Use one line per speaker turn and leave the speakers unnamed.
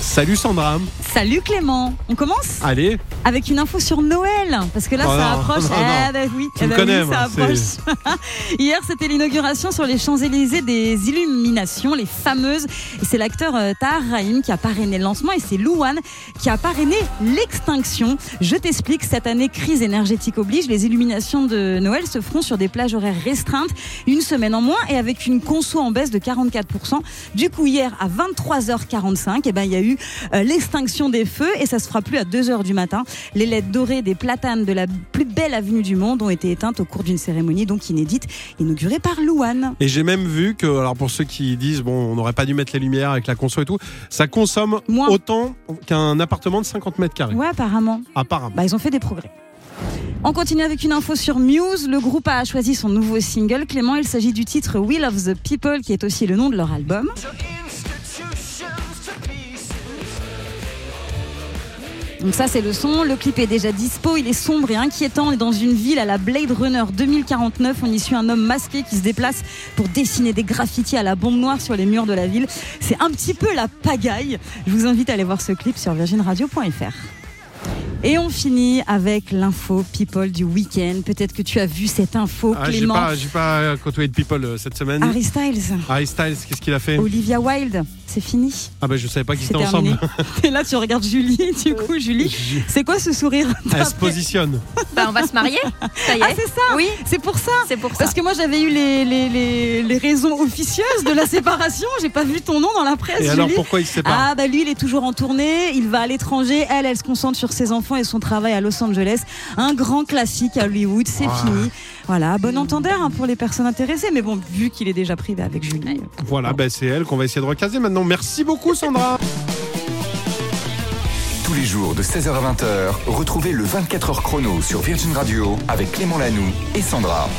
Salut Sandra.
Salut Clément, on commence
Allez,
avec une info sur Noël parce que là
Oh
ça
non,
approche.
non, non.
Eh ben oui,
Tu
eh
me
ben oui,
connais,
ça
moi,
approche. Hier c'était l'inauguration sur les Champs-Élysées des illuminations, les fameuses. Et c'est l'acteur euh, Tahar Rahim qui a parrainé le lancement et c'est Louane qui a parrainé l'extinction. Je t'explique, cette année crise énergétique oblige, les illuminations de Noël se feront sur des plages horaires restreintes, une semaine en moins et avec une conso en baisse de 44%. Du coup hier à 23h45, eh ben, il y a eu euh, l'extinction des feux et ça se fera plus à 2h du matin. Les LED dorées des platanes de la plus belle avenue du monde ont été éteintes au cours d'une cérémonie donc inédite inaugurée par Louane.
et j'ai même vu que, alors pour ceux qui disent, bon, on n'aurait pas dû mettre les lumières avec la conso et tout, ça consomme
Moins.
autant qu'un appartement de 50 mètres carrés,
Ouais apparemment.
apparemment.
Bah, ils ont fait des progrès. On continue avec une info sur Muse. Le groupe a choisi son nouveau single. Clément, il s'agit du titre Will of the People, qui est aussi le nom de leur album. Donc ça c'est le son, le clip est déjà dispo, il est sombre et inquiétant, on est dans une ville à la Blade Runner 2049, on y suit un homme masqué qui se déplace pour dessiner des graffitis à la bombe noire sur les murs de la ville. C'est un petit peu la pagaille. Je vous invite à aller voir ce clip sur virginradio.fr. Et on finit avec l'info people du week-end. Peut-être que tu as vu cette info,
Ah, j'ai
Bah, Clément.
pas, j'ai pas côtoyé de people euh, cette semaine.
Harry Styles,
Harry Styles, qu'est-ce qu'il a fait
Olivia Wilde, c'est fini.
Ah bah je savais pas qu'ils
C'est
étaient
terminé.
ensemble.
Et là, tu regardes Julie, du coup, Julie. C'est quoi ce sourire
Elle se positionne.
Bah, on va se marier. Ça y est.
Ah, c'est ça
oui,
C'est pour ça
c'est pour ça.
Parce que moi, j'avais eu les, les, les, les raisons officieuses de la séparation. J'ai pas vu ton nom dans la presse,
Et
Julie.
alors pourquoi ils se séparent
Ah bah lui il est toujours en tournée, il va à l'étranger, elle elle se concentre sur ses enfants et son travail à Los Angeles. Un grand classique à Hollywood, c'est
Ah.
fini. Voilà, bon entendeur hein, pour les personnes intéressées, mais bon vu qu'il est déjà pris bah, avec Julie.
Voilà, bah, c'est elle qu'on va essayer de recaser maintenant. Merci beaucoup Sandra.
Tous les jours de 16h à 20h, retrouvez le 24h chrono sur Virgin Radio avec Clément Lanoux et Sandra.